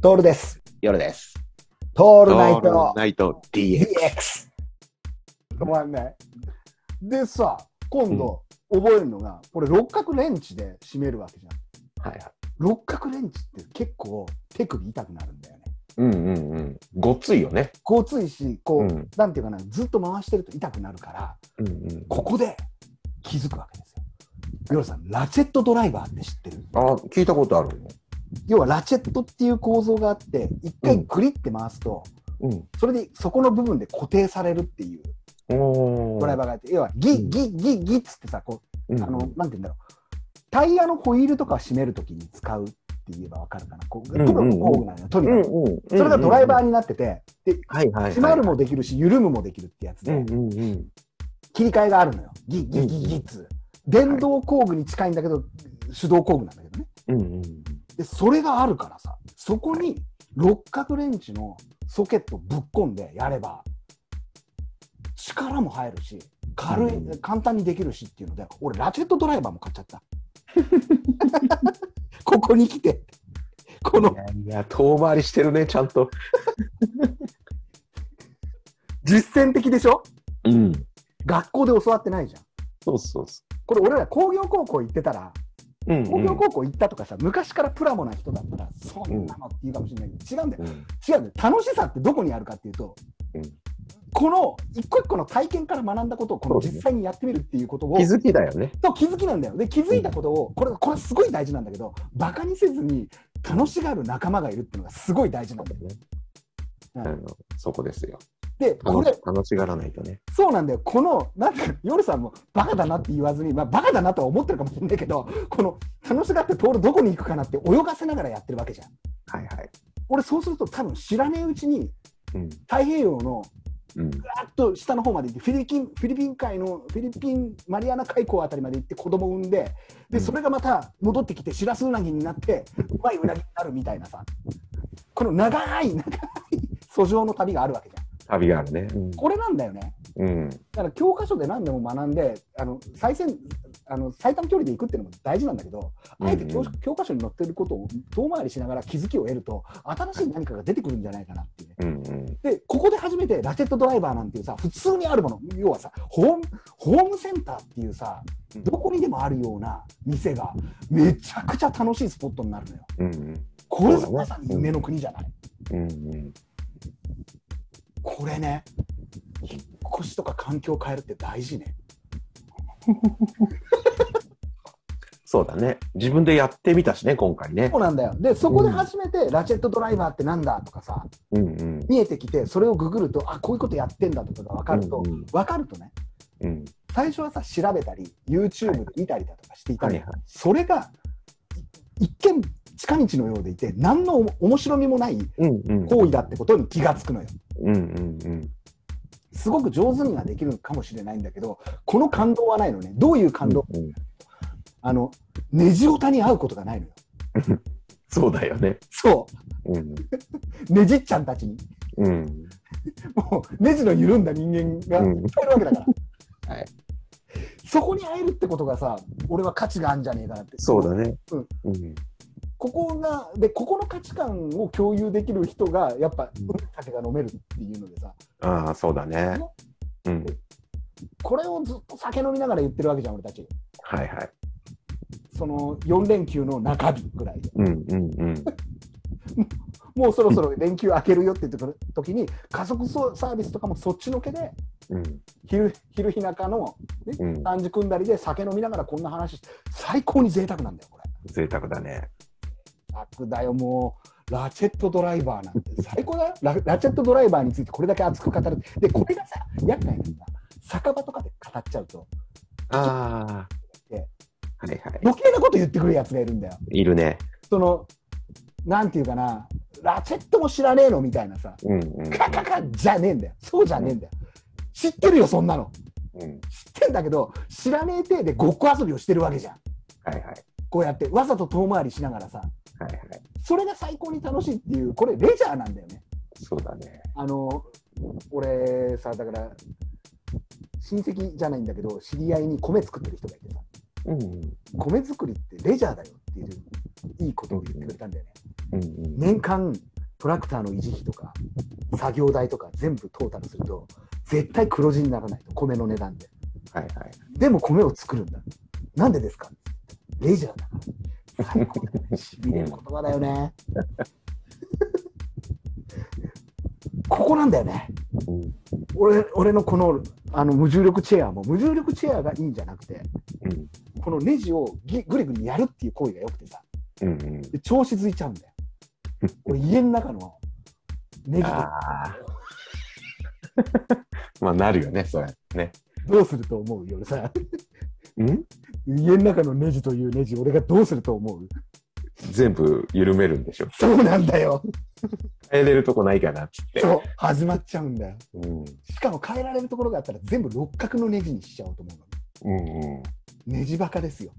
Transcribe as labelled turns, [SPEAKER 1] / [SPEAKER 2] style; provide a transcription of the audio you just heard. [SPEAKER 1] トールです。
[SPEAKER 2] 夜です。
[SPEAKER 1] ト
[SPEAKER 2] オ
[SPEAKER 1] ールナイト
[SPEAKER 2] ナイト DX。
[SPEAKER 1] DX。
[SPEAKER 3] 止まんない。でさ、今度、覚えるのが、これ六角レンチで締めるわけじゃん。
[SPEAKER 2] はいはい。
[SPEAKER 3] 六角レンチって結構手首痛くなるんだよね。
[SPEAKER 2] うんうんうん。ごっついよね。
[SPEAKER 3] こうついし、こう、
[SPEAKER 2] うん
[SPEAKER 3] なんていうかな、ずっと回してると痛くなるから、
[SPEAKER 2] うんうん
[SPEAKER 3] ここで気づくわけですよ。ヨルさん、ラチェットドライバーって知ってる
[SPEAKER 2] あ、聞いたことあるの
[SPEAKER 3] 要はラチェットっていう構造があって、一回グリって回すと、
[SPEAKER 2] うん。
[SPEAKER 3] それでそこの部分で固定されるっていう
[SPEAKER 2] お
[SPEAKER 3] ドライバーがあって、要はギッギッギッギッつってさ、こう
[SPEAKER 2] ー
[SPEAKER 3] あの、なんて言うんだろう。タイヤのホイールとか締めるときに使うって言えばわかるかな。こう、
[SPEAKER 2] う
[SPEAKER 3] プ
[SPEAKER 2] んうん
[SPEAKER 3] ロの工具なのよ、とに
[SPEAKER 2] うん
[SPEAKER 3] かく。
[SPEAKER 2] うん。
[SPEAKER 3] それがドライバー
[SPEAKER 2] ー。
[SPEAKER 3] になってて、で、
[SPEAKER 2] はいはいはい。
[SPEAKER 3] 締まるもできるし、緩むもできるってやつ
[SPEAKER 2] う
[SPEAKER 3] で
[SPEAKER 2] ん、うんうん。
[SPEAKER 3] 切り替えがあるのよ。ギッギッギッギッつ。電動工具に近いんだけど、手動工具なんだけどね。
[SPEAKER 2] うん
[SPEAKER 3] で、それがあるからさ、そこに六角レンチのソケットぶっ込んでやれば、力も入るし、軽
[SPEAKER 2] う
[SPEAKER 3] い、簡単にできるしっていうので、俺、ラチェットドライバーも買っちゃった。 ここに来て、こ
[SPEAKER 2] うん。い
[SPEAKER 3] の
[SPEAKER 2] やいや、遠回りしてるね、ちゃんと。
[SPEAKER 3] 実践的でしょ
[SPEAKER 2] うん。
[SPEAKER 3] 学校で教わってないじゃん。
[SPEAKER 2] そうそうそ
[SPEAKER 3] これ、俺ら工業高校行ってたら、
[SPEAKER 2] う。うん
[SPEAKER 3] 工業高校行ったとかさ、昔からプラモな人だったら、そんなのって言うかもしれないけど、違うんだよ。
[SPEAKER 2] うん。
[SPEAKER 3] 違うんだよ。楽しさってどこにあるかっていうと、
[SPEAKER 2] うん
[SPEAKER 3] この一個一個の体験から学んだことをこの実際にやってみるっていうことを
[SPEAKER 2] 気づきだよね。
[SPEAKER 3] と気づきなんだよで気づいたことをこれこれすごい大事なんだけどバカにせずに楽しがる仲間がいるっていうのがすごい大事なんだよ
[SPEAKER 2] あのそこですよ。
[SPEAKER 3] でこ
[SPEAKER 2] 楽し
[SPEAKER 3] れ
[SPEAKER 2] 楽しがらないとね。
[SPEAKER 3] そうなんだよこのなんていうか夜さんもバカだなって言わずにまあバカだなとは思ってるかもしれないけどこの楽しがって通るどこに行くかなって泳がせながらやってるわけじゃん
[SPEAKER 2] はいはい。
[SPEAKER 3] 俺そうすると多分知らねえうちに
[SPEAKER 2] うん。
[SPEAKER 3] 太平洋の
[SPEAKER 2] うん。
[SPEAKER 3] ガーッと下の方まで行ってフィリピンフィリピン海のフィリピンマリアナ海溝あたりまで行って子供産んで
[SPEAKER 2] う
[SPEAKER 3] で
[SPEAKER 2] ん
[SPEAKER 3] それがまた戻ってきてシラスウナギになってうまいうなぎになるみたいなさこの長い長い訴状の旅があるわけじゃん
[SPEAKER 2] 旅があるね。
[SPEAKER 3] これなんだよね
[SPEAKER 2] うん。
[SPEAKER 3] だから教科書で何でも学んであの最先あの最短距離で行くっていうのも大事なんだけどあえて教,、
[SPEAKER 2] うんうん
[SPEAKER 3] 教科書に載ってることを遠回りしながら気づきを得ると新しい何かが出てくるんじゃないかなっていうね
[SPEAKER 2] うんうん。
[SPEAKER 3] で、ここで初めてラチェットドライバーなんていうさ、普通にあるもの、要はさ、ホーム、ホームセンターっていうさ、どこにでもあるような店が、めちゃくちゃ楽しいスポットになるのよ。
[SPEAKER 2] うんうん。
[SPEAKER 3] これ
[SPEAKER 2] そ
[SPEAKER 3] ぞ
[SPEAKER 2] うだね
[SPEAKER 3] まさに夢の国じゃない。
[SPEAKER 2] うんうん。
[SPEAKER 3] これね、引っ越しとか環境を変えるって大事ね。
[SPEAKER 2] そうだね。自分でやってみたしね、今回ね
[SPEAKER 3] そ。うなんだよ。で、そこで初めて、ラチェットドライバーってなんだとかさ、
[SPEAKER 2] うんうん。
[SPEAKER 3] 見えてきて、それをググると、あ、こういうことやってんだとかが分かると
[SPEAKER 2] うんうん、
[SPEAKER 3] 分かるとね、
[SPEAKER 2] うん。
[SPEAKER 3] 最初はさ調べたり YouTube で見たりだとかしていたんだけど、
[SPEAKER 2] はい
[SPEAKER 3] それがい一見近道のようでいて何のお面白みもない
[SPEAKER 2] うんうん。
[SPEAKER 3] 行為だってことに気がつくのよ
[SPEAKER 2] うんうんうん。
[SPEAKER 3] すごく上手にはできるかもしれないんだけどこの感動はないのねどういう感動、
[SPEAKER 2] うん
[SPEAKER 3] あのネジオタに会うことがないのよ
[SPEAKER 2] そうだよね。
[SPEAKER 3] そ
[SPEAKER 2] うん。
[SPEAKER 3] うネジっちゃんたちに
[SPEAKER 2] うん。
[SPEAKER 3] もうネジの緩んだ人間が
[SPEAKER 2] う
[SPEAKER 3] い
[SPEAKER 2] ん
[SPEAKER 3] っぱいいるわけだから、
[SPEAKER 2] はい
[SPEAKER 3] そこに会えるってことがさ俺は価値があるんじゃねえかなって
[SPEAKER 2] そうだね。
[SPEAKER 3] うん
[SPEAKER 2] うん。
[SPEAKER 3] ここがでここの価値観を共有できる人がやっぱ
[SPEAKER 2] うん
[SPEAKER 3] 酒が飲めるっていうのでさ
[SPEAKER 2] ああ、そうだね。うん。
[SPEAKER 3] これをずっと酒飲みながら言ってるわけじゃん俺たち
[SPEAKER 2] はいはい。
[SPEAKER 3] その4連休の中日ぐらいで
[SPEAKER 2] うんうんうん。
[SPEAKER 3] もうそろそろ連休明けるよって言ってくる時に家族そうサービスとかもそっちのけで
[SPEAKER 2] うん
[SPEAKER 3] 昼昼日中の
[SPEAKER 2] うん。
[SPEAKER 3] 3時組んだりで酒飲みながらこんな話して最高に贅沢なんだよこれ
[SPEAKER 2] 贅沢だね。
[SPEAKER 3] 楽だよもうラチェットドライバーなんて最高だよララチェットドライバーについてこれだけ熱く語るでこれがさ厄介なんだ酒場とかで語っちゃうと
[SPEAKER 2] ああ。
[SPEAKER 3] で
[SPEAKER 2] はいは
[SPEAKER 3] 余計なこと言ってくるやつがいるんだよ
[SPEAKER 2] い。いるね。
[SPEAKER 3] そのなんていうかなラチェットも知らねえのみたいなさ
[SPEAKER 2] うんうん
[SPEAKER 3] カカカじゃねえんだよそうじゃねえんだよ知ってるよそんなの
[SPEAKER 2] うん。
[SPEAKER 3] 知ってんだけど知らねえ体でごっこ遊びをしてるわけじゃん
[SPEAKER 2] はいはい。
[SPEAKER 3] こうやってわざと遠回りしながらさ
[SPEAKER 2] はいはい。
[SPEAKER 3] それが最高に楽しいっていうこれレジャーなんだよね
[SPEAKER 2] そうだね。
[SPEAKER 3] あの俺さだから親戚じゃないんだけど知り合いに米作ってる人がいてさ
[SPEAKER 2] うんうん。
[SPEAKER 3] 米作りってレジャーだよってっていう、いいことを言ってくれたんだよね。
[SPEAKER 2] うんうん
[SPEAKER 3] 年間、トラクターの維持費とか、作業代とか全部トータルすると、絶対黒字にならないと、米の値段で。
[SPEAKER 2] はいはい。
[SPEAKER 3] でも米を作るんだ。なんでですかレジャーだから。最高だね。しびれる言葉だよね。ここなんだよね。
[SPEAKER 2] うん
[SPEAKER 3] 俺俺のこのあの無重力チェアも無重力チェアがいいんじゃなくて
[SPEAKER 2] うん
[SPEAKER 3] このネジをぎぐりぐりやるっていう行為がよくてさ
[SPEAKER 2] うんうん
[SPEAKER 3] で調子づいちゃうんだよ俺家の中のネジと
[SPEAKER 2] ああ。 まあ、なるよね、それ。ね。
[SPEAKER 3] どうすると思うよ俺さ
[SPEAKER 2] うん
[SPEAKER 3] 家の中のネジというネジ俺がどうすると思う
[SPEAKER 2] 全部緩めるんでしょ。
[SPEAKER 3] そうなんだよ
[SPEAKER 2] 変えれるとこないかな、っつって。
[SPEAKER 3] そう始まっちゃうんだよ
[SPEAKER 2] うん。
[SPEAKER 3] しかも変えられるところがあったら全部六角のネジにしちゃおうと思うの
[SPEAKER 2] うんうん。
[SPEAKER 3] ネジバカですよ